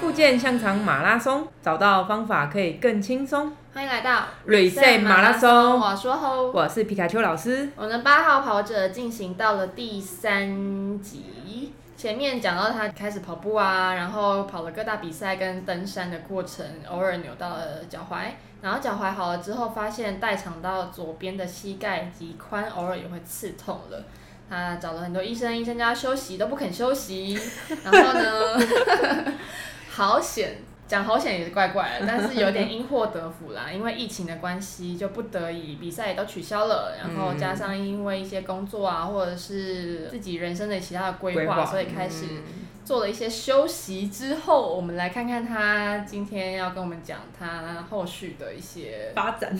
复健香肠马拉松，找到方法可以更轻松。欢迎来到 Reset 马拉松我说吼，我是皮卡丘老师，我们的八号跑者进行到了第三集，前面讲到他开始跑步啊，然后跑了各大比赛跟登山的过程，偶尔扭到了脚踝，然后脚踝好了之后，发现代偿到左边的膝盖及髋，偶尔也会刺痛了。他找了很多医生，医生叫他休息都不肯休 息，然后呢， 好险，讲好险也是怪怪的，但是有点因祸得福 啦，因为疫情的关系，就不得已比赛也都取消了，然后加上因为一些工作啊，或者是自己人生的其他的规划，嗯所以开始做了一些休息之后，我们来看看他今天要跟我们讲他后续的一些。发展。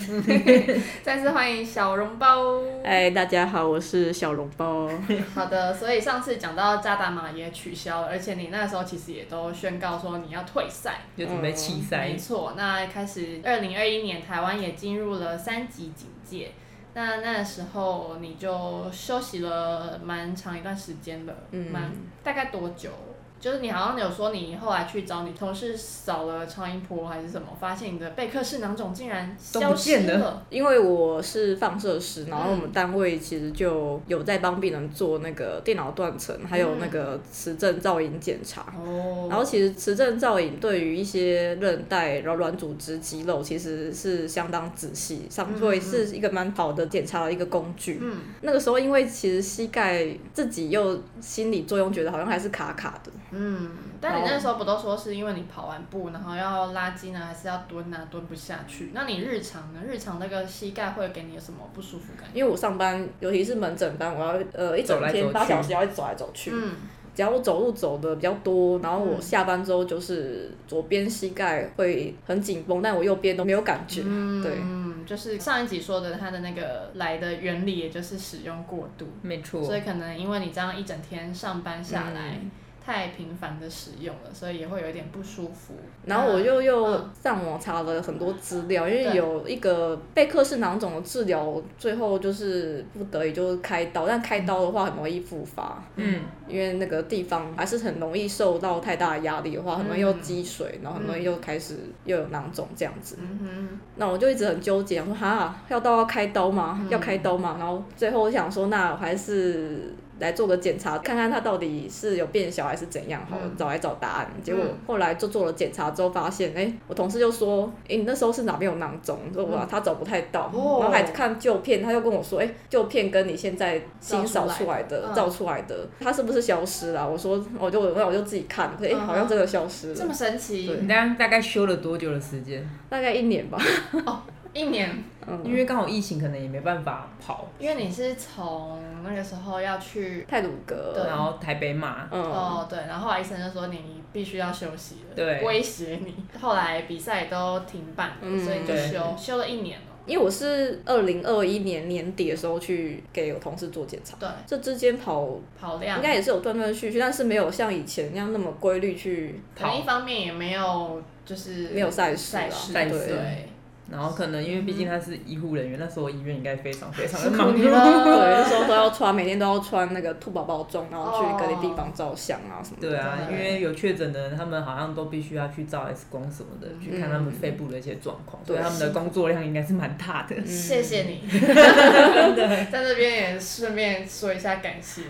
再次欢迎小笼包。嗨，哎大家好，我是小笼 包。好的，所以上次讲到扎达马也取消了，而且你那时候其实也都宣告说你要退赛。就准备弃没赛。错，那开始二零二一年台湾也进入了三级警戒，那那时候你就休息了蛮长一段时间了，嗯蛮大概多久？就是你好像有说你后来去找你同事扫了超音波还是什么，发现你的贝克氏囊肿竟然都消不失见了了。因为我是放射师，然后嗯我们单位其实就有在帮病人做那个电脑断层，还有那个磁振造影检查。哦，然后其实磁振造影对于一些韧带、然后软组织、肌肉其实是相当仔细，上会是一个蛮好的检查的一个工具。嗯，那个时候因为其实膝盖自己又心理作用，觉得好像还是卡卡的，嗯，但你那时候不都说是因为你跑完步，然后要拉筋呢，还是要蹲啊，蹲不下去？那你日常呢？日常那个膝盖会给你有什么不舒服感？因为我上班，尤其是门诊班，我要呃一整走来走天去八小时要一直走来走去。嗯只要我走路走的比较多，然后我嗯下班之后就是左边膝盖会很紧绷，但我右边都没有感觉。嗯，对嗯，就是上一集说的，它的那个来的原理，也就是使用过度，没所错，以可能因为你这样一整天上班下嗯来。太频繁的使用了，所以也会有点不舒服。然后我就又嗯上网查了很多资料，因对为有一个贝克氏囊肿的治疗，最后就是不得已就是开刀，但开刀的话很容易复发，嗯，因为那个地方还是很容易受到太大的压力的话，很容易又嗯积水，然后很容易又开始又有囊肿这样子。嗯那我就一直很纠结，我说哈，要到要开刀吗？嗯要开刀吗？然后最后我想说，那我还是来做个检查，看看它到底是有变小还是怎样好了，嗯找来找答案。结果嗯后来就做了检查之后，发现，哎、我同事就说，哎、你那时候是哪边有囊肿？我说哇，他找不太到，嗯哦然后还看旧片，他就跟我说，哎、旧片跟你现在新扫出来的、照照出来的，它是不是消失了？我说，我就我我就自己看，哎、诶嗯好像真的消失哼，这了么，神奇对你大概大概休了多久的时间？大概一年吧。一年，嗯，因为刚好疫情，可能也没办法跑，因为你是从那个时候要去泰鲁格，对呃然后台北马，嗯。哦，对，然后后来医生就说你必须要休息了，对威胁你。后来比赛都停办了，嗯所以你就对休休了一年了。因为我是二零二一年年底的时候去给我同事做检查，对，这之间跑跑应量，该也是有断断续续，但是没有像以前那样那么规律去，可能一方面也没有就是没有赛事啊赛事，赛事对，然后可能因为毕竟他是医护人员，那时候医院应该非常非常的辛忙嗯苦你碌。对，那了。时候都要穿，每天都要穿那个兔宝宝装，然后去各地地方照相啊什么的。对啊，对因为有确诊的人，他们好像都必须要去照 X 光什么的，去看他嗯们肺部的一些状况，所以对他们的工作量应该是蛮大的。谢谢你，嗯在这边也顺便说一下感谢。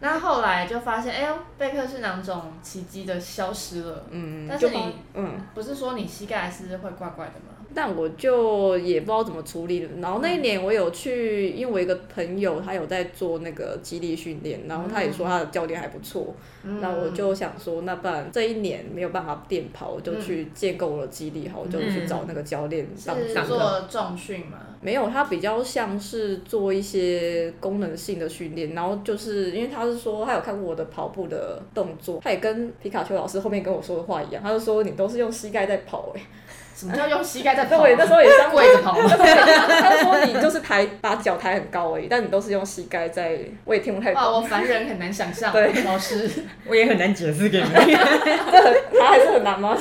那后来就发现，哎呦，贝克氏囊肿奇迹的消失了。嗯，但是就你好嗯，不是说你膝盖还是会怪怪的吗？但我就也不知道怎么处理了。然后那一年我有去，因为我有一个朋友他有在做那个肌力训练，然后他也说他的教练还不错，那嗯我就想说，那不然这一年没有办法练跑，我嗯就去建构了肌力，好，我就去找那个教练帮助。是做重训吗？没有，他比较像是做一些功能性的训练，然后就是因为他是说他有看过我的跑步的动作，他也跟皮卡丘老师后面跟我说的话一样，他就说你都是用膝盖在跑、欸， 什么叫用膝盖在在那 跑我也那时候也伤过，跪着 跑吗？他说你就是抬把脚抬很高而已，但你都是用膝盖在，我也听不太哇，懂，我凡人很难想象，啊对老师， 我也很难解释给你们听。他还是很难吗？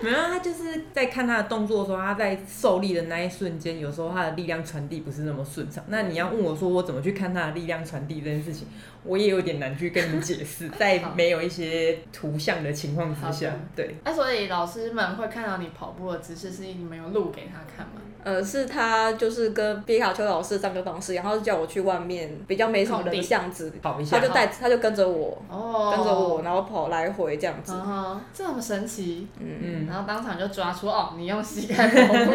没有，他就是在看他的动作的时候，他在受力的那一瞬间，有时候他的力量传递不是那么顺畅。那你要问我说我怎么去看他的力量传递这件事情，我也有点难去跟你解释，在没有一些图像的情况之下好的，对，那所以老师们会看到你跑步的姿势，是你们有录给他看吗？呃，是他就是跟皮卡丘老师上课方式，然后叫我去外面比较没什么人的巷子，跑一他下就。带他就跟着我，哦，跟着我，然后跑来回这样子。嗯哼，这么神奇，嗯，然后当场就抓出哦，你用膝盖跑 步，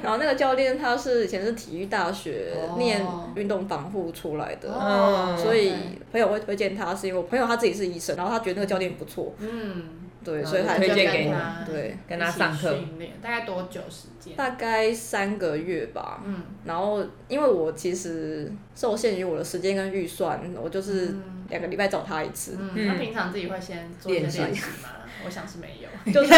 然后那个教练他是以前是体育大学哦念运动防护出来的。哦所以 OK 朋友会推荐他，是因为我朋友他自己是医生，然后他觉得那个教练不错，嗯，对，嗯所以他推就荐跟给你他对，跟他上一课起训练，大概多久时间？大概三个月吧。嗯，然后因为我其实受限于我的时间跟预算，我就是嗯两个礼拜找他一次，嗯，那平常自己会先做一练些习练习吗？我想是没有。 就是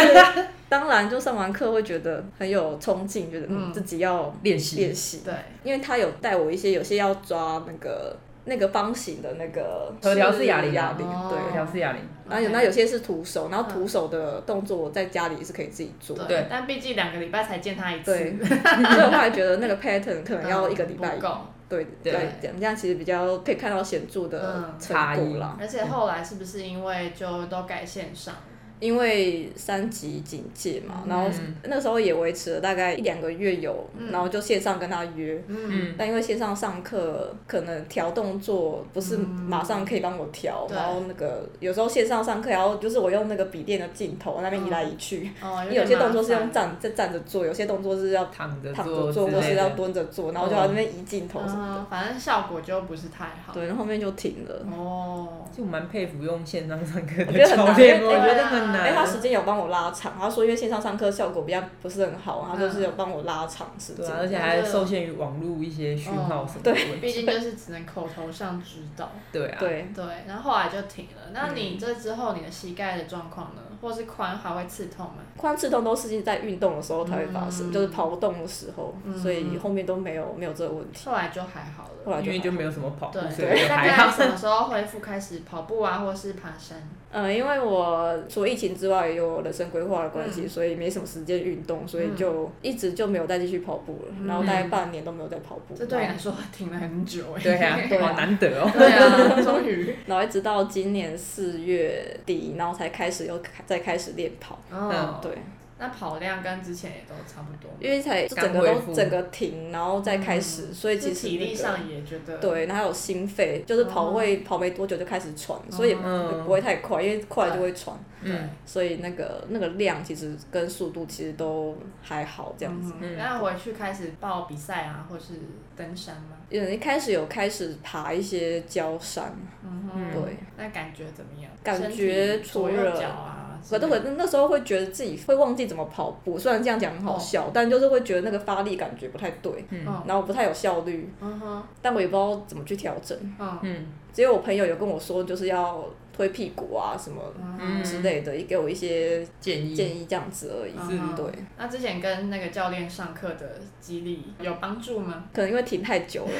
当然就上完课会觉得很有冲劲，觉得嗯嗯自己要练习练习，对，因为他有带我一些有些要抓那个那个方形的那个头条是哑铃哑铃，哦嗯对有。条是哑铃，然后有那有些是徒手，然后徒手的动作我在家里是可以自己做，对，对但毕竟两个礼拜才见他一次，对， 所以我后来觉得那个 pattern 可嗯， 能要一个礼拜不够。对对，对这样这样其实比较可以看到显著的嗯成差异果啦。而且后来是不是因为就都改线上？因为三级警戒嘛，然后嗯那时候也维持了大概一两个月有，嗯然后就线上跟他约。嗯，嗯，但因为线上上课，可能调动作不是马上可以帮我调，嗯对然后那个有时候线上上课，然后就是我用那个笔电的镜头那边移来移去，哦，因为嗯有些动作是用站，站在站着做，有些动作是要躺着躺着做之做，或是类要的，哦蹲着做，然后就要那边移镜头什么的。嗯，反正效果就不是太好。对，然后后面就停了。嗯哦，就蛮佩服用线上上课我觉得很的难教练，因我为觉得很对啊哎、他时难。间有帮我拉长，他说因为线上上课效果比较不是很好，他就是有帮我拉长时对间。啊，而且还受限于网络一些讯号什么的问毕题。竟就是只能口头上知道。对啊，对，嗯对，然后后来就停了。那你这之后你的膝盖的状况呢，或是髋还会刺痛吗？髋刺痛都是在运动的时候才会发生，嗯就是跑动的时候，嗯所以后面都没有没有这个问题。后来就还好了。后来因为就就好没有什么跑步，所以对，就大还好概。什么时候恢复开始跑步啊，或是爬山？呃，因为我除了疫情之外，也有人生规划的关系，嗯所以没什么时间运动，所以嗯就一直就没有再继续跑步了。嗯然后大概半年都没有再跑步。这对你啊来说停了很久 哎、对啊，对啊好难得 哦。对啊，终于。然后一直到今年四月底，然后才开始又开再开始练跑。嗯，对，那跑量跟之前也都差不多，因为才就刚整个恢都复整个停，然后再开始，所以其是实、那嗯体个、力上也觉得，对，然后还有心肺，就是跑会、跑没多久就开始哦喘，所以也不嗯不会太快，因为快就会喘，对嗯，所以那个那个量其实跟速度其实都还好这样子。嗯，那回去开始报比赛啊，或是登山吗？嗯，一开始有开始爬一些焦山，嗯哼，嗯对，那感觉怎么样？感身体觉左右除了脚啊之可类是的，我那时候会觉得自己会忘记怎么跑步，虽然这样讲很好笑，但就是会觉得那个发力感觉不太对，哦嗯然后不太有效率，嗯哼，但我也不知道怎么去调整。嗯嗯只有我朋友有跟我说，就是要推屁股啊什么嗯嗯之类的，也给我一些建议。建议这样子而已。是嗯哼对，那之前跟那个教练上课的激励有帮助吗？可能因为停太久了，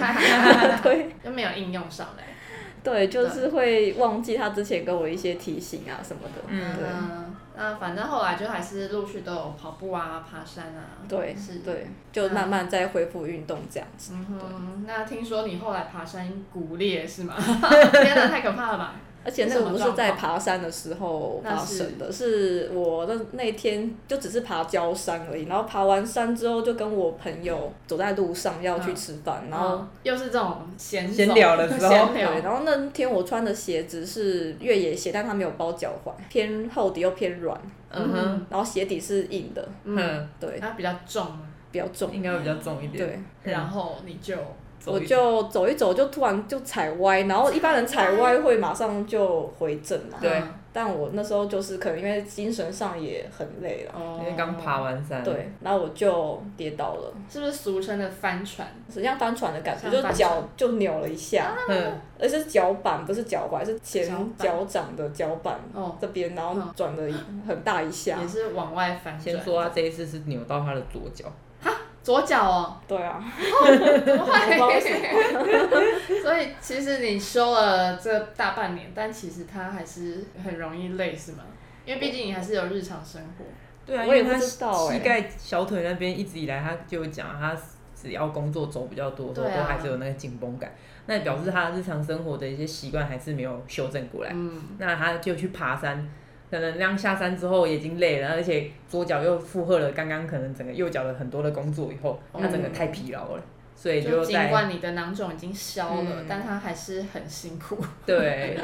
对 就没有应用上来。对，就是会忘记他之前给我一些提醒啊什么的。嗯对嗯，那反正后来就还是陆续都有跑步啊、爬山啊。对是。对，就慢慢再恢复运动这样子。嗯哼，那听说你后来爬山骨 裂是吗？天哪，太可怕了吧！而且那是什个么不是状在况爬山的时候那发生的，是我那那天就只是爬焦山而已，然后爬完山之后就跟我朋友走在路上要去嗯吃饭，然后嗯又是这种闲闲走聊的时候闲对，聊，然后那天我穿的鞋子是越野鞋，但它没有包脚踝，偏厚底又偏软，嗯哼，然后鞋底是硬的，嗯，嗯，对，它比较重，比较重。应该会比较重一嗯点。对，嗯然后你就走我一就走一走，就突然就踩歪，然后一般人踩歪会马上就回正嘛。对嗯但我那时候就是可能因为精神上也很累了，哦因为刚爬，完山，，对，然后我就跌倒了，是不是俗称的帆船？实际上翻船的感觉，像就翻脚就扭了一下，嗯，而且是脚板不是脚踝，是前脚板脚掌的脚板哦，这边，然后嗯转了一很大一下也。是往外翻先啊转。说他这一次是扭到他的左脚，左脚 哦，对啊，怎么我不知道为什会？所以其实你休了这大半年，但其实它还是很容易累，是吗？因为毕竟你还是有日常生活。对啊，因我也为不他知道哎膝盖、小腿那边一直以来，他就有讲他只要工作走比较多的时候，对啊都还是有那个紧绷感。那表示他日常生活的一些习惯还是没有修正过来。嗯，那他就去爬山，可能量下山之后已经累了，而且左脚又负荷了刚刚可能整个右脚的很多的工作以后，哦他整个太疲劳了，所以就尽在管你的囊肿已经消了，嗯但它还是很辛苦。 对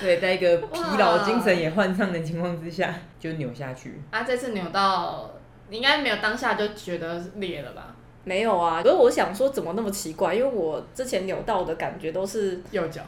对，在一个疲劳、精神也涣散的情况之下，就扭下去。啊，这次扭到，你应该没有当下就觉得裂了吧？没有啊。可是我想说，怎么那么奇怪？因为我之前扭到的感觉都是，右脚，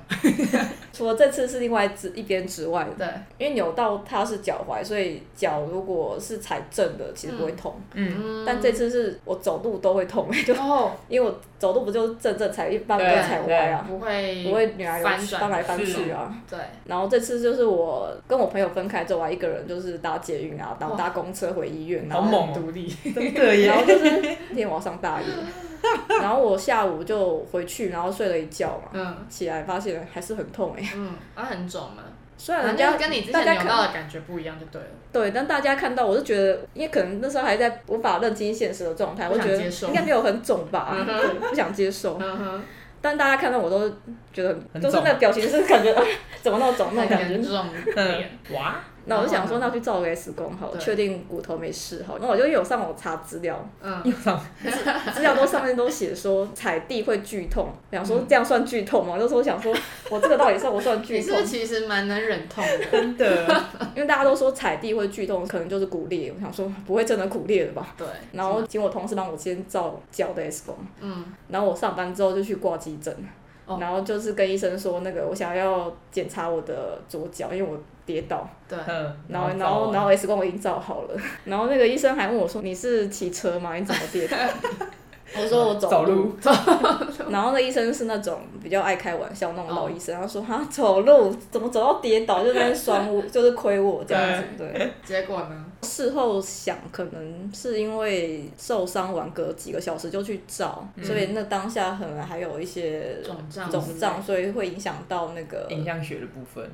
除了这次是另外一只一边之外，对，因为扭到它是脚踝，所以脚如果是踩正的，其实不会痛。嗯，嗯但这次是我走路都会痛， 就哦，因为我走路不就是正正踩一半不会对踩歪啊，不会，不会扭来扭翻哦去转翻来翻是去啊。对，然后这次就是我跟我朋友分开之后啊，一个人就是搭捷运啊，搭哇搭公车回医院，然好后猛哦 独立，真的耶然！后就是那天我要上大夜，然后我下午就回去，然后睡了一觉嘛，嗯起来发现还是很痛哎、嗯，啊，很肿嘛，虽然反啊人正就家是跟你之大前家扭看到的感觉不一样就对了。对，但大家看到我是觉得，因为可能那时候还在无法认清现实的状态，不我想觉得接受应该没有很肿吧， 嗯对不想接受。嗯哼，但大家看到我都觉得，很就是肿那个表情是感觉、啊、 怎么那么肿那很种感觉严。重 嗯，哇，那我就想然后说，那呢我去照个 X 光好了，对确定骨头没事好了。那我就有上网查资 料，嗯，又上资料都上面都写说踩地会剧痛，我想说这样算剧痛吗？我那时候想 说，我这个到底算不算嗯你剧是痛不？是其实蛮能忍痛的？真的，因为大家都说踩地会剧痛，可能就是骨裂。我想说，不会真的骨裂了吧？对， 然后请我同事帮我先照脚的 X 光，嗯，然后我上班之后就去挂急诊，哦然后就是跟医生说那个我想要检查我的左脚，因为我跌倒，对，嗯， 然后啊然后然后 X 光我已经照好了， 然后那个医生还问我说你是骑车吗？你怎么跌倒？ 我说我走走路，然后那医生是那种比较爱开玩笑那种老医生，他说哈走路怎么走到跌倒，就在那 边酸我，就是亏我这样子，对。结果呢？事后想，可能是因为受伤完隔几个小时就去照，嗯所以那当下可能还有一些肿胀之类肿胀，所以会影响到那个。影像学的部分，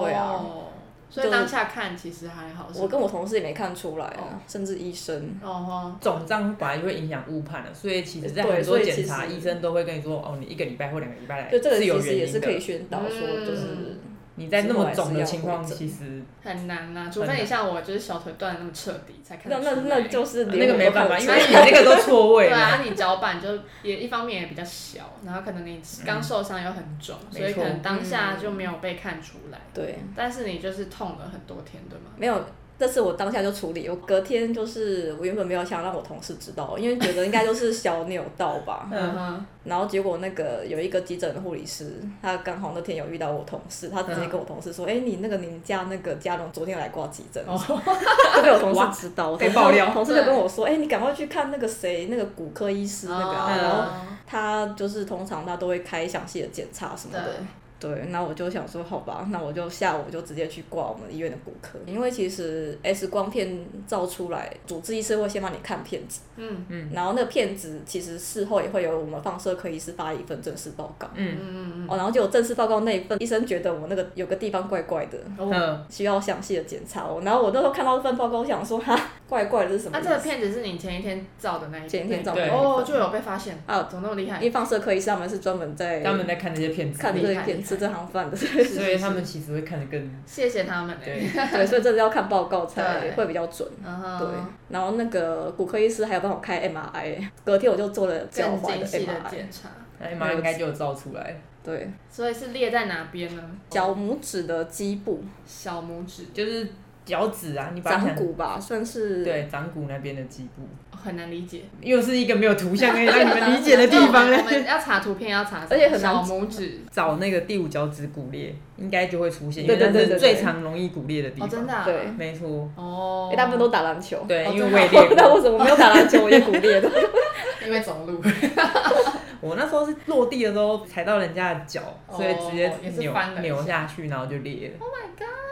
对啊哦，所以就是当下看其实还好。是我吗跟我同事也没看出来哦啊，甚至医生。哦吼，肿胀本来就会影响误判的，所以其实在对很多所以其检查，实医生都会跟你说，哦，你一个礼拜或两个礼拜来就这个是有其实原也因是可以的。宣导说，就是嗯你在那么肿的情况，之后还是要其实很难啊，除非你像我，就是小腿断的那么彻底才看那得那出来那就是那个没办法，因因为为你那个都错位对 了。啊，你脚板就也一方面也比较小，然后可能你刚受伤又很肿，没所以可错能当下就没有被看出来。对但是你就是痛了很多天，对吗？没有。这次我当下就处理，我隔天就是我原本没有想让我同事知道，因为觉得应该就是小扭到吧，嗯嗯哼，然后结果那个有一个急诊的护理师，他刚好那天有遇到我同事，他直接跟我同事说：“哎、你那个你们家那个家龙昨天有来挂急诊。就 被我同事知道，我同哦 被事爆料同事就跟我说：“哎、你赶快去看那个谁，那个骨科医师那个、啊。哦然后后他就是通常他都会开详细的检查什么的。对，那我就想说，好吧，那我就下午就直接去挂我们医院的骨科，因为其实 X 光片照出来，主治医师会先帮你看片子。嗯然后那个片子其实事后也会由我们放射科医师发一份正式报告。嗯嗯嗯嗯哦，然后就有正式报告那一份，医生觉得我那个有个地方怪怪的，哦。嗯，需要详细的检查哦。然后我那时候看到这份报告，我想说哈，怪怪的是什么那意啊这个思？片子是你前一天照的那一前一天照的那一份哦，就有被发现哦啊怎么那么厉害因？为放射科医师他们是专门在他们在看这些片子，看这厉个害厉片害吃这行饭的， 所以他们其实会看得更谢谢他们欸 对，对，所以真的要看报告才对会比较准。嗯对哼，，然后那个骨科医师还有帮我开 MRI，隔 天我就做了脚更踝精的细的 MRI，检查，哎妈应该就有照出来，对，所以是裂在哪边呢？脚拇指的基部小拇指就是脚趾啊，你把它掌想骨吧，算是对掌骨那边的肌部，很难理解，又是一个没有图像可以让你们理解的地所方以嘞我。们我们要查图片，要查什么，而且很难小拇指 找那个第五脚趾骨裂，应该就会出现，因对为对那对对是对最常容易骨裂的地哦，方。真的、啊、对没错，哦欸，大部分都打篮 球，对，哦因真为我的啊那也裂过。我怎么没有打篮球？我也鼓裂 的。因为走路，我那时候是落地的时候踩到人家的脚，哦所以直接也是扭翻了一下哦扭下去，然后就裂了。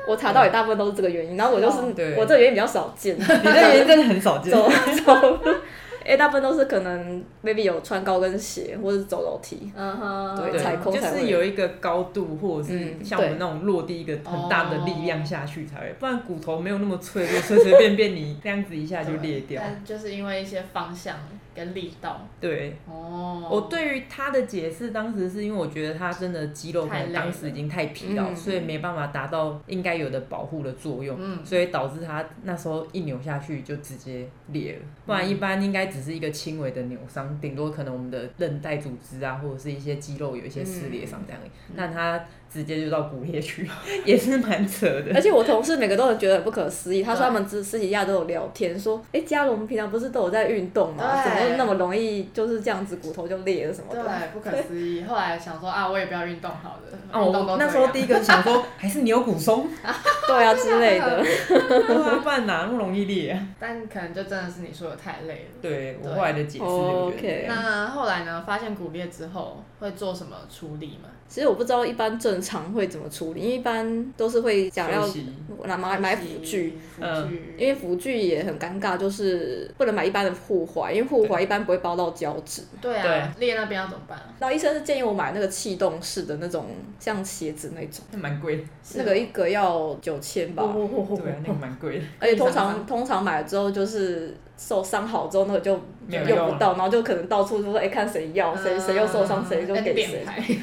我查到也大部分都是这个原因，然后我就是哦 对我这个原因比较少见，你这原因真的很少见，走走路。 哎、大部分都是可能 maybe 有穿高跟鞋或者走楼梯，嗯哼，对踩空对，就才是会有一个高度，或者是嗯像我们那种落地一个很大的力量下去才会，不然骨头没有那么脆弱，随随便便你这样子一下就裂掉。但就是因为一些方向跟力道。对，哦，我对于他的解释，当时是因为我觉得他真的肌肉可太能累当时已经太疲劳，嗯所以没办法达到应该有的保护的作用，嗯所以导致他那时候一扭下去就直接裂了。不然一般应该只是一个轻微的扭伤，顶多可能我们的韧带组织啊，或者是一些肌肉有一些撕裂伤这样而已。但他直接就到骨裂区， 也是蛮扯而 的。且我同事每个都很觉得很不可思议，他说对他们私私底下都有聊天，说，哎、嘉伦我们平常不是都有在运动吗？对怎么那么容易就是这样子骨头就裂了什么的？对，不可思议。后来想说啊，我也不要运动好了，哦啊，运动我都那时候第一个想说还是扭骨松， 对啊之类的。对啊不然哪那么容易裂 啊？但可能就真的是你说的太累了。对我对后来的解释，我觉得这 OK 样。那后来呢？发现骨裂之后会做什么处理吗？其实我不知道一般正常会怎么处理，因为一般都是会假料休息拿买买辅具，嗯辅具，因为辅具也很尴尬，就是不能买一般的护踝，因为护踝一般不会包到脚趾。对啊，裂那边要怎么办啊？然后医生是建议我买那个气动式的那种，像鞋子那种，那蛮贵的，那个一个要九千吧。对啊，那个蛮贵的。而且通常通常买了之后就是受伤好之后，那个就没有用用不了啊到，然后就可能到处就说，哎、看谁要，谁谁又受伤，谁嗯就给谁。谁。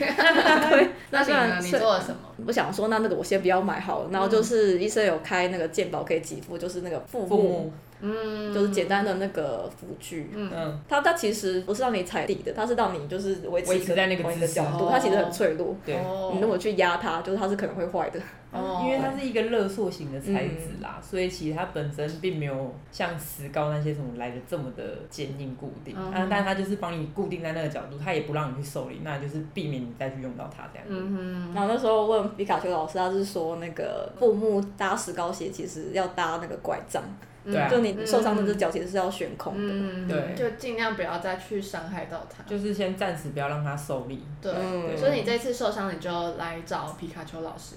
对，那你虽呢？然你虽做了什么？我想说，那那个我先不要买好了。然后就是医生有开那个健保可以给付，就是那个腹嗯父部，母，嗯，就是简单的那个辅具。嗯，它它其实不是让你踩地的，它是让你就是维持维一持在那个同一姿个势哦角度，哦它其实很脆弱。对，你如果去压它，就是它是可能会坏的。哦因为它是一个热塑型的材质啦，所以其实它本身并没有像石膏那些什么来的这么的坚硬固定，嗯啊，但它就是帮你固定在那个角度，它也不让你去受力，那就是避免你再去用到它这样。嗯然后那时候问皮卡丘老师，他是说那个布幕搭石膏鞋，其实要搭那个拐杖，哼，对啊就你受伤那只脚其实是要悬空的。嗯，对就尽量不要再去伤害到它。就是先暂时不要让它受力，对，嗯所以你这次受伤，你就来找皮卡丘老师。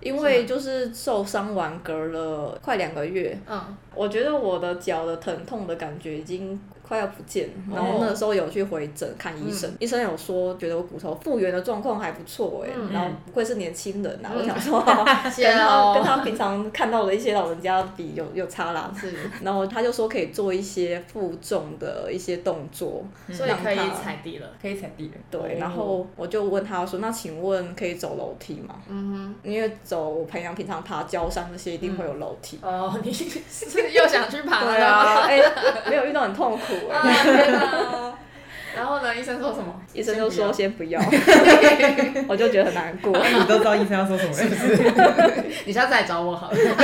因为就是受伤完隔了快两个月，嗯，我觉得我的脚的疼痛的感觉已经快要不见了，哦然后那时候有去回诊看医生，嗯医生有说觉得我骨头复原的状况还不错哎、嗯然后不愧是年轻人啊，我想说 跟 谢哦他跟喽。他平常看到的一些老人家比有有差啦。是，然后他就说可以做一些负重的一些动作，所以可以踩地了。可以踩地了。对，嗯哦然后我就问他说，那请问可以走楼梯吗？嗯因为走我平常平常爬焦山那些一定会有嗯楼梯哼，。哦，你 是又想去 爬对了？啊，哎、没有遇到很痛苦哎、 啊 天哪！然后呢？医生说什么？医生就说先不要，我就觉得很难 过。 你都知道医生要说什么，是不是？你下次来找我好了。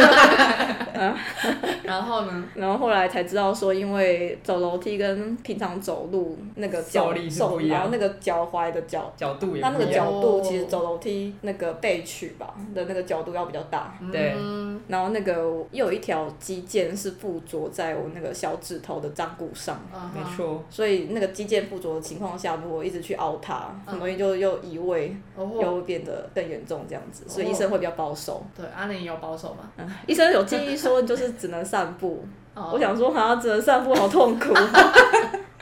啊 然后呢？然后后来才知道说，因为走楼梯跟平常走路那个脚受力是手不一样然后那个脚踝的角， 角度也它那不个一角样。哦度其实走楼梯那个背曲吧的那个角度要比较大。对嗯然后那个又有一条肌腱是附着在我那个小指头的掌骨上，啊没哈错，所以那个肌腱附着的情况下，如果一直去凹它，嗯很容易就又移位，哦，又变得更严重这样子。所以医生会比较保守。对，阿玲有保守吗？医生有建议说，就是只能散步。哦嗯我想说，好像只能散步，好痛 苦。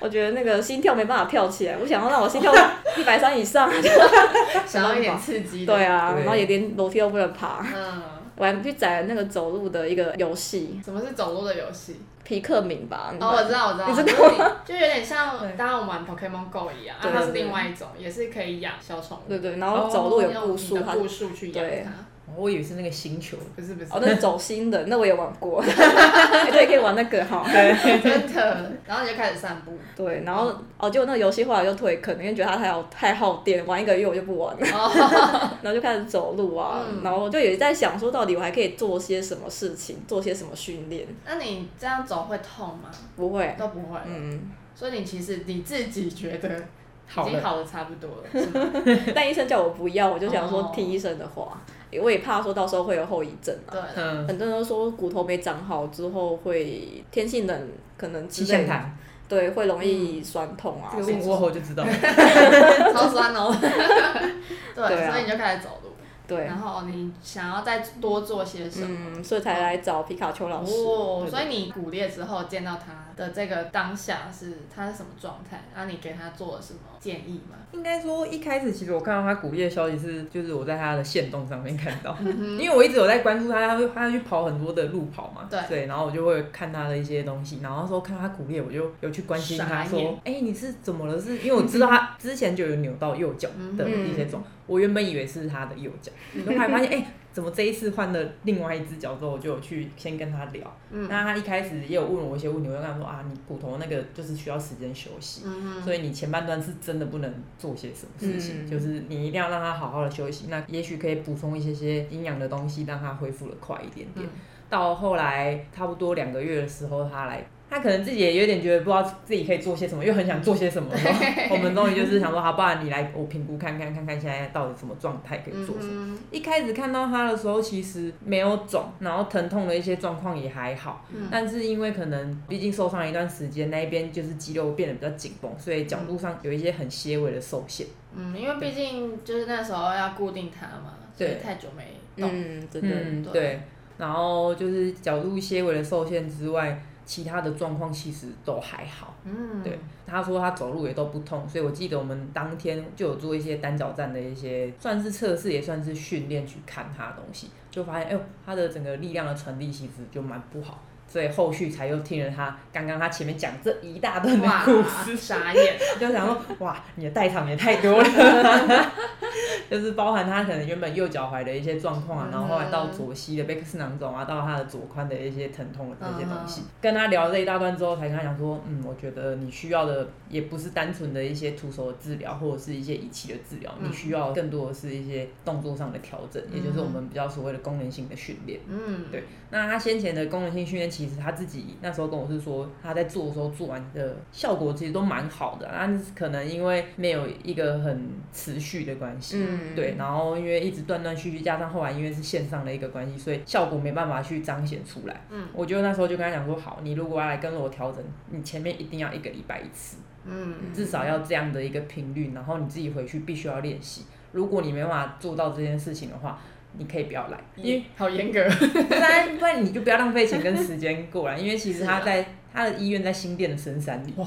我觉得那个心跳没办法跳起来，我想要让我心 跳一百三以上。啊想要一点刺激的。对啊，对然后也连楼梯都不能爬。嗯，我还去载了那个走路的一个游戏，什么是走路的游戏？皮克敏吧。你知哦，道我知道，我知道，嗯你知就是就有点像对当然我玩 Pokemon Go 一样，啊对它是对另外一种，也是可以养小宠物，哦对对，然后走路有用步你数，的它步数去对养它，我以为是那个星球，不是不是哦，，那是走心的，那我也玩过， 对，可以玩那个哈。 真的，然后你就开始散步，对，然后哦，结果那个游戏后来就退坑，因为觉得它太耗太耗电，玩一个月我就不玩了， 然后就开始走路啊，嗯然后就也在想说，到底我还可以做些什么事情，做些什么训练？那你这样走会痛吗？不会，都不会，嗯，所以你其实你自己觉得已好经了好的差不多了，是吗？但医生叫我不要，我就想说哦听医生的话，我也怕说到时候会有后遗症 啊。对，嗯，很多人都说骨头没长好之后会天性冷，可能之气类象的，塔，对，会容易酸痛啊这。个问过后就知道了。超酸哦，对， 对啊所以你就开始走路，对，然后你想要再多做些什么。嗯，所以才来找皮卡丘嗯老师。哦，对所以你骨裂之后见到他的这个当下是他是什么状态？那、你给他做了什么建议吗？应该说一开始其实我看到他鼓励的消息是，就是我在他的线动上面看到，嗯因为我一直有在关注他，他会他去跑很多的路跑嘛，对然后我就会看他的一些东西，然后那时候看他鼓励，我就有去关心他傻说眼，哎、你是怎么了？是因为我知道他之前就有扭到右脚嗯的一些状，我原本以为是他的右脚，然后后来发现哎。怎么这一次换了另外一只脚之后，我就有去先跟他聊。嗯那他一开始也有问我一些问题，我就跟他说啊，你骨头那个就是需要时间休息。嗯所以你前半段是真的不能做些什么事情，嗯就是你一定要让他好好的休息。那也许可以补充一些些营养的东西，让他恢复的快一点点。嗯到后来差不多两个月的时候，他来。他可能自己也有点觉得不知道自己可以做些什么，又很想做些什么。然 后我们终于就是想说，好，不然你来我评估看看，看看现在到底什么状态可以做什么。嗯一开始看到他的时候，其实没有肿，然后疼痛的一些状况也还好，嗯但是因为可能毕竟受伤一段时间，那一边就是肌肉变得比较紧绷，所以角度上有一些很些微的受限。嗯，因为毕竟就是那时候要固定他嘛，所以对太久没动。嗯，真的，嗯，对对。然后就是角度些微的受限之外，其他的状况其实都还好。嗯，对，他说他走路也都不痛，所以我记得我们当天就有做一些单脚站的一些，算是测试也算是训练去看他的东西，就发现哎呦，他的整个力量的传递其实就蛮不好，所以后续才又听了他刚刚他前面讲这一大段的哇故，事，傻眼。就想说哇，你的代偿也太多了， 就是包含他可能原本右脚踝的一些状况啊，然后后来到左膝的贝克斯囊肿啊，到他的左髋的一些疼痛的这些东西，跟他聊了这一大段之后，才跟他讲说，嗯，我觉得你需要的也不是单纯的一些徒手的治疗或者是一些仪器的治疗，嗯你需要更多的是一些动作上的调整，也就是我们比较所谓的功能性的训练。嗯， 对那他先前的功能性训练，其实他自己那时候跟我是说，他在做的时候做完的效果其实都蛮好的，但是可能因为没有一个很持续的关系。嗯，对，然后因为一直断断续续，加上后来因为是线上的一个关系，所以效果没办法去彰显出来。嗯，我就那时候就跟他讲说，好，你如果要来跟我调整，你前面一定要一个礼拜一次，嗯至少要这样的一个频率，然后你自己回去必须要练习。如果你没办法做到这件事情的话，你可以不要来，因为咦，好严格。 不然不然你就不要浪费钱跟时间过来，因为其实他在他的医院在新店的深山里，哇，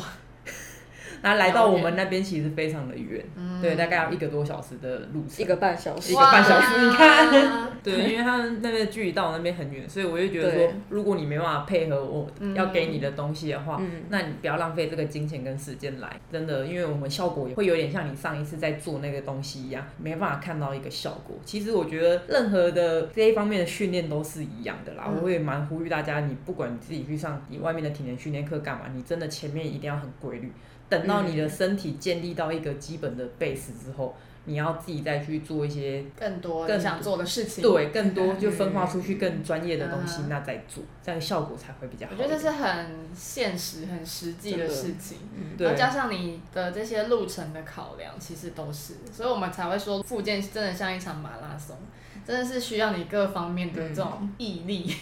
然后来到我 们那边其实非常的远，嗯嗯对，大概要一个多小时的路程，一个半小时一个，半小时哇你看，对，因为他们那边的距离到我那边很远，所以我就觉得说对，如果你没办法配合我嗯要给你的东西的话，嗯那你不要浪费这个金钱跟时间来，真的，因为我们效果也会有点像你上一次在做那个东西一样，没办法看到一个效果。其实我觉得任何的这一方面的训练都是一样的啦，嗯我也蛮呼吁大家，你不管你自己去上你外面的体能训练课干嘛，你真的前面一定要很规律。等到你的身体建立到一个基本的 base 之后，你要自己再去做一些更多更你想做的事情。对，更多就分化出去更专业的东西，嗯那再做，这样效果才会比较好我一觉得点。这是很现实、很实际的真的事情。然后对，加上你的这些路程的考量，其实都是，所以我们才会说复健真的像一场马拉松，真的是需要你各方面嗯的这种毅力、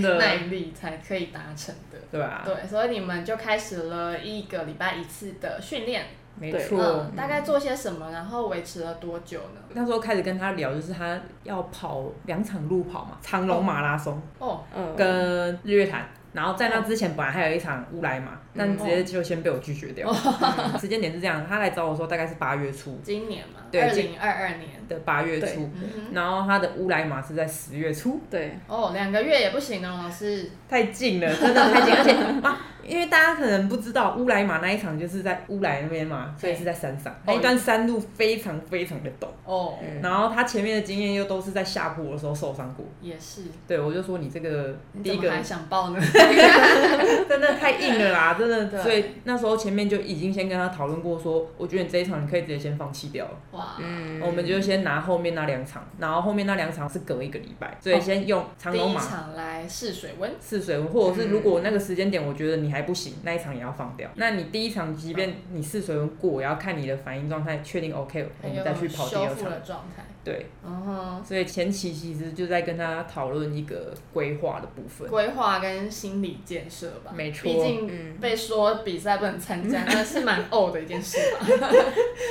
耐的，力才可以达成的。对啊，对，所以你们就开始了一个礼拜一次的训练，没对错嗯，。大概做些什么，然后维持了多久呢？那时候开始跟他聊，就是他要跑两场路跑嘛，长嗯隆马拉松哦，嗯，跟日月潭。然后嗯在那之前，本来还有一场乌来嘛，但直接就先被我拒绝哦 掉。嗯时间点是这样，他来找我说大概是八月初今年嘛，对二今零二二年，的八月对初，嗯哼，然后他的乌来马是在十月初。对，哦，两个月也不行哦，老师，太近了，真的太 近，而且啊，因为大家可能不知道乌来马那一场就是在乌来那边嘛，所以是在山上，那一段山路非常非常的陡，哦，嗯然后他前面的经验又都是在下坡的时候受伤过，也是，对我就说你这个你第怎一么个还想报呢？ 真的太硬了 啦，真对的，所以那时候前面就已经先跟他讨论过说，我觉得你这一场你可以直接先放弃掉了。哇，嗯，我们就先拿后面那两场，然后后面那两场是隔一个礼拜，所以先用长哦第龙一马场来试水温，试水温，或者是如果那个时间点我觉得你还不行，那一场也要放掉。那你第一场即便你试水温过，也要看你的反应状态，确定 OK，我还们有再去跑第修二复场。的状态。对，然后所以前期其实就在跟他讨论一个规划的部分。规划跟心理建设吧，没错毕竟嗯，被说比赛不能参加，那是 蛮呕的一件事吧？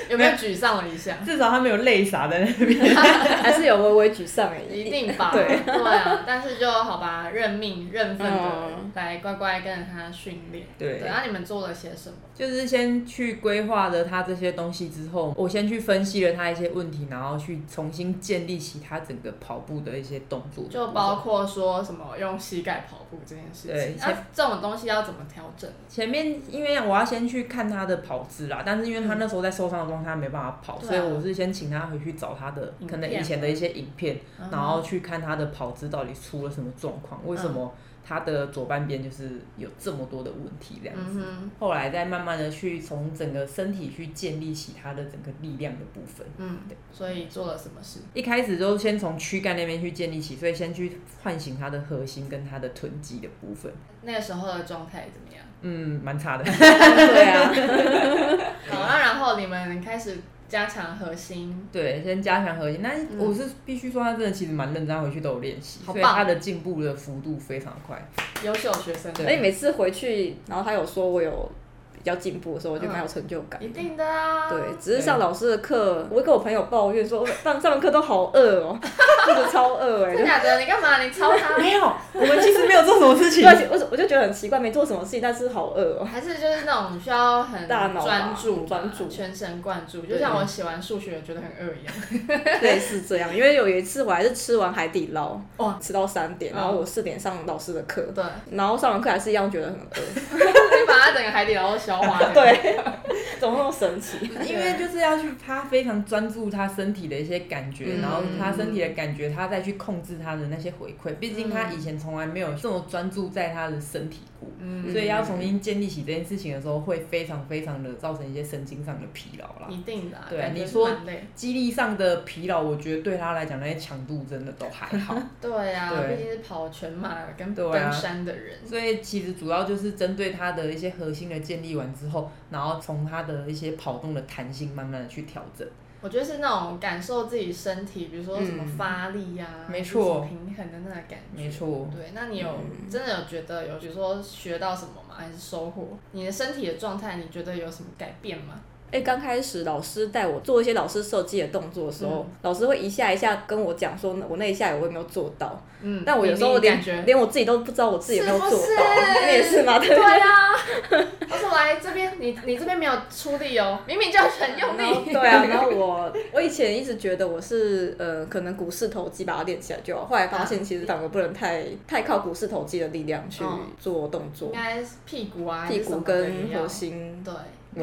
有没有沮丧了一下？ 至少他没有泪洒在那边。 还是有微微沮丧而一已。定吧，对啊，但是就好吧，认命认份的嗯来乖乖跟着他训练。对那你们做了些什么？ 就是先去规划了他这些东西之后，我先去分析了他一些问题，然后去重新建立起他整个跑步的一些动作，就包括说什么用膝盖跑步这件事对情，那、这种东西要怎么调整？前面因为我要先去看他的跑姿啦，但是因为他那时候在受伤的状态，他没办法跑，嗯对啊所以我是先请他回去找他的影片可能以前的一些影片，嗯然后去看他的跑姿到底出了什么状况，为什嗯么他的左半边就是有这么多的问题这样嗯子。哼，后来再慢慢的去从整个身体去建立起他的整个力量的部分。嗯，所以做了什么事？一开始就先从躯干那边去建立起，所以先去唤醒他的核心跟他的臀肌的部分。那个时候的状态怎么样？嗯，蛮差 的。对啊， 好，那然后你们开始加强核心，对，先加强核心。但是嗯我是必须说，他真的其实蛮认真，他回去都有练习，好所以棒他的进步的幅度非常 快。优秀学生对而哎且每次回去，然后他有说我有比较进步的时候，我就蛮有成就感。一定的啊，对，只是上老师的课，我会跟我朋友抱怨说， 上上完课都好饿哦、 真的超饿哎、真假的？你干嘛？你抄他？没有，我们其实没有做什么事情对，而且我我就觉得很奇怪，没做什么事情，但是好饿哦、 还是就是那种需要很大脑吧 专注、专注全神贯注，就像我写完数学觉得很饿一样。 类似这样。因为有一次我还是吃完海底捞，哇，吃到三点，然后我四点上老师的课，对，然后上完课还是一样觉得很饿。你把它整个海底捞消化 掉。对， 怎么那么神奇？因为就是要去他非常专注他身体的一些感觉，嗯然后他身体的感觉，他再去控制他的那些回馈。毕竟他以前从来没有这么专注在他的身体过，嗯，所以要重新建立起这件事情的时候，会非常非常的造成一些神经上的疲劳啦。一定的啊。对感觉你说蛮累。肌力上的疲劳，我觉得对他来讲，那些强度真的都还好。对啊，对毕竟是跑全马跟对啊登山的人。所以其实主要就是针对他的一些核心的建立完之后，然后从他的一些跑动的弹性慢慢的去调整。我觉得是那种感受自己身体，比如说什么嗯发力呀、没错还是什么平衡的那个感觉。没错，对，那你有、真的有觉得有，比如说学到什么吗？还是收获？你的身体的状态，你觉得有什么改变吗？哎，刚开始老师带我做一些老师设计的动作的时候，老师会一下一下跟我讲说，我那一下我有没有做到？嗯，但我有时候你你连感觉连我自己都不知道我自己有没有做到，是不是你也是吗？对对啊，我说来这边，你你这边没有出力哦，明明就很用然后力。对啊，然后我我以前一直觉得我是呃，可能股市投机把它练起来就好，后来发现其实反而不能太太靠股市投机的力量去嗯做动作 应，该是屁股啊，还屁是什股么的跟你要核心对，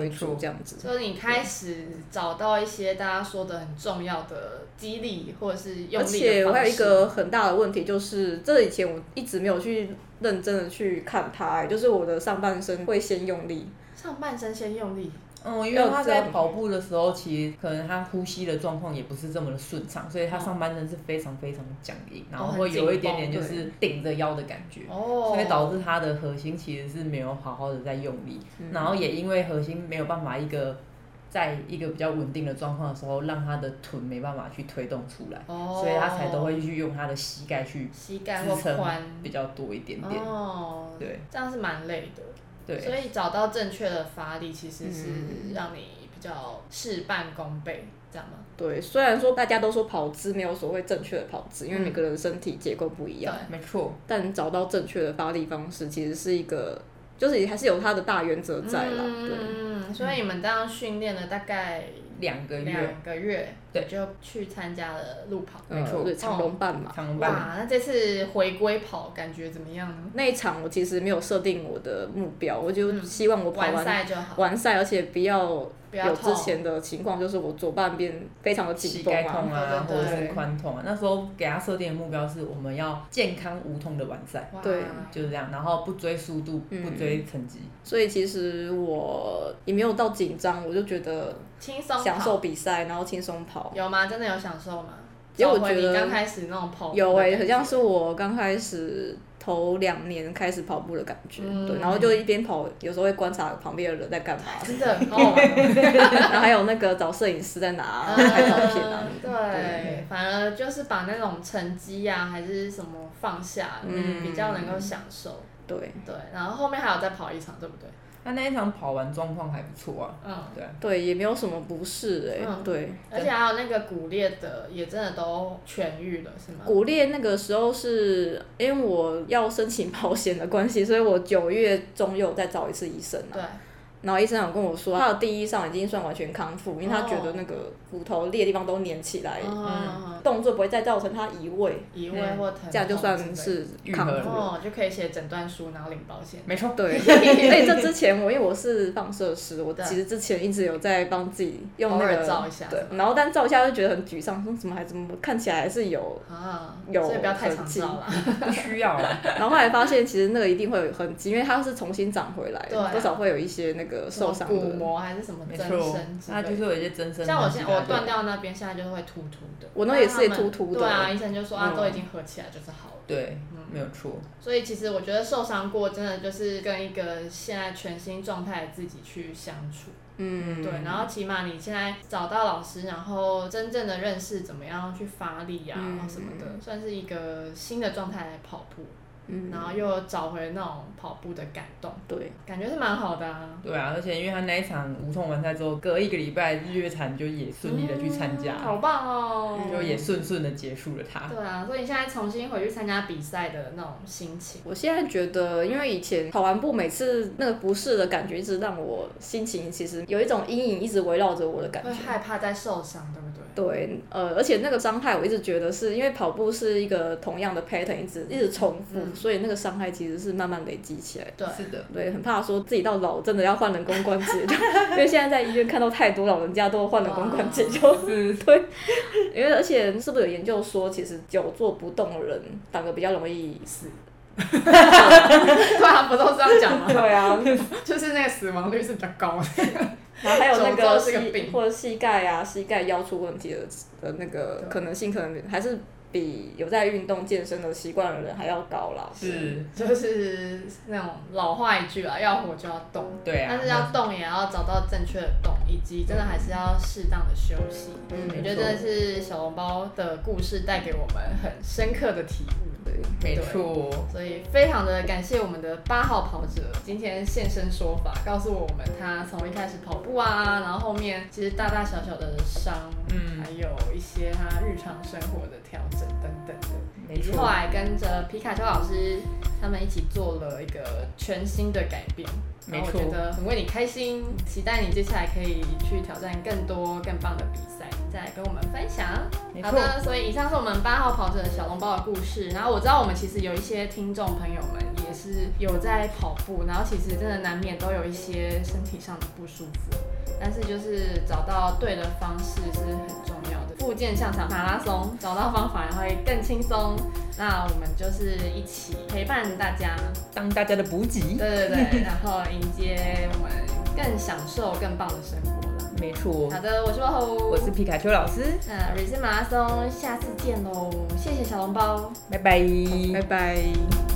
为主这样子。就是你开始找到一些大家说的很重要的激励或者是用而力的且我还有一方式个很大的问题，就是这以前我一直没有去认真的去看它、欸就是我的上半身会先用力，上半身先用力，嗯，因为他在跑步的时候，其实可能他呼吸的状况也不是这么的顺畅，所以他上半身是非常非常僵硬，然后会有一点点就是顶着腰的感觉。哦，所以导致他的核心其实是没有好好的在用力，然后也因为核心没有办法一个在一个比较稳定的状况的时候，让他的臀没办法去推动出来，哦，所以他才都会去用他的膝盖去膝盖或支髋撑比较多一点点。哦，对，这样是蛮累的。所对，以找到正确的发力，其实是嗯让你比较事半功倍，这样吗？对，虽然说大家都说跑姿没有所谓正确的跑姿，因为嗯每个人身体结构不一对样，，没错，但找到正确的发力方式，其实是一个，就是还是有它的大原则在啦。对，嗯，所以你们这样训练了大概两个月两个月，对就去参加了路跑。没错哦嗯对，长龙半马。长龙半马哇，那这次回归跑感觉怎么样呢？那一场我其实没有设定我的目标，我就希望我跑嗯完完赛就好，完赛，而且不要不要有之痛。前的情况，就是我左半边非常的膝紧绷盖啊痛。啊，对或对者对是髋痛啊。那时候给他设定的目标是我们要健康无痛的完赛，哇对就是这样，然后不追速度，嗯不追成绩。所以其实我也没有到紧张，我就觉得轻松跑享受比赛，然后轻松跑。有吗？真的有享受吗？因为我找回觉得哦你刚开始那种跑步有的哎、感很觉像是我刚开始头两年开始跑步的感觉，嗯对，然后就一边跑，有时候会观察旁边的人在干嘛， 真的好好玩 哦。然后还有那个找摄影师在哪啊拍照片啊，嗯对，反而就是把那种成绩呀、还是什么放下，嗯，嗯比较能够享受。对对，然后后面还有再跑一场，对不对？那那一场跑完状况还不错啊，嗯，对啊，对，也没有什么不适哎、嗯对。而且还有那个骨裂的也真的都痊愈了，是吗？骨裂那个时候是因为我要申请保险的关系，所以我九月中又再找一次医生啊。对，然后医生有跟我说，他的第一上已经算完全康复，因为他觉得那个骨头裂的地方都粘起来，嗯，动作不会再造成他移位，移位或疼痛之类的，这样就算是康愈合复了。哦，就可以写诊断书，然后领保险。没错，对，所以这之前我因为我是放射师，我对其实之前一直有在帮自己用偶那尔个照一下对，然后但照一下就觉得很沮丧，说怎么还怎么看起来还是有啊，有所以不要太常痕迹照啦。不需要啊啦。然后后来发现，其实那个一定会有痕迹，因为它是重新长回来的，对啊多少会有一些那个受伤什么骨的。膜还是什么没增错生，之它类就的。是有一些增生的东西啊。像我现在我断掉那边，现在就是会突突的。我那也是但他们突突的对啊，医生就说啊，嗯都已经合起来就是好了。嗯对，嗯没有错，所以其实我觉得受伤过，真的就是跟一个现在全新状态的自己去相处。嗯，对，然后起码你现在找到老师，然后真正的认识怎么样去发力啊，嗯然后什么的，算是一个新的状态来跑步，嗯，然后又找回那种跑步的感动，对，感觉是蛮好的啊。对啊，而且因为他那一场无痛完赛之后，隔一个礼拜日月潭就也顺利的去参加嗯，好棒哦！就也顺顺的结束了它。对啊，所以你现在重新回去参加比赛的那种心情，我现在觉得，因为以前跑完步每次那个不适的感觉，一直让我心情其实有一种阴影一直围绕着我的感会觉。害怕再受伤，对不对？对，呃，而且那个伤害我一直觉得是因为跑步是一个同样的 pattern，一直一直重复，嗯所以那个伤害其实是慢慢累积起来的。对，是的，对，很怕说自己到老真的要换人工关节，因为现在在医院看到太多老人家都换人工关节，就是 对，因为而且是不是有研究说，其实久坐不动的人反而比较容易死？对 啊，不都是这样讲吗？ 对啊，就是那个死亡率是比较高的。然后还有那个久坐是个膝病或者膝盖啊、膝盖腰出问题的的那个对可能性，可能还是比有在运动健身的习惯的人还要高啦。是，就是那种老话一句啊，要活就要动，对啊。但是要动也要找到正确的动，以及真的还是要适当的休息。嗯我觉得真的是小笼包的故事带给我们很深刻的体悟，对，没错，所以非常的感谢我们的八号跑者今天现身说法，告诉我们他从一开始跑步啊，然后后面其实大大小小的伤，嗯还有一些他日常生活的调整等等的。没以及后错，来跟着皮卡丘老师他们一起做了一个全新的改变，然后我没错觉得很为你开心，期待你接下来可以去挑战更多更棒的比赛，再来跟我们分享没。好错的，所以以上是我们八号跑者小笼包的故事。然后我知道我们其实有一些听众朋友们也是有在跑步，然后其实真的难免都有一些身体上的不舒服。但是就是找到对的方式是很重要的。复健像场马拉松，找到方法会更轻松。那我们就是一起陪伴大家，当大家的补给，对对对，然后迎接我们更享受、更棒的生活了。没错好。的，我是厚，我是皮卡丘老师，那瑞士马拉松，下次见喽！谢谢小笼包。拜拜，拜拜。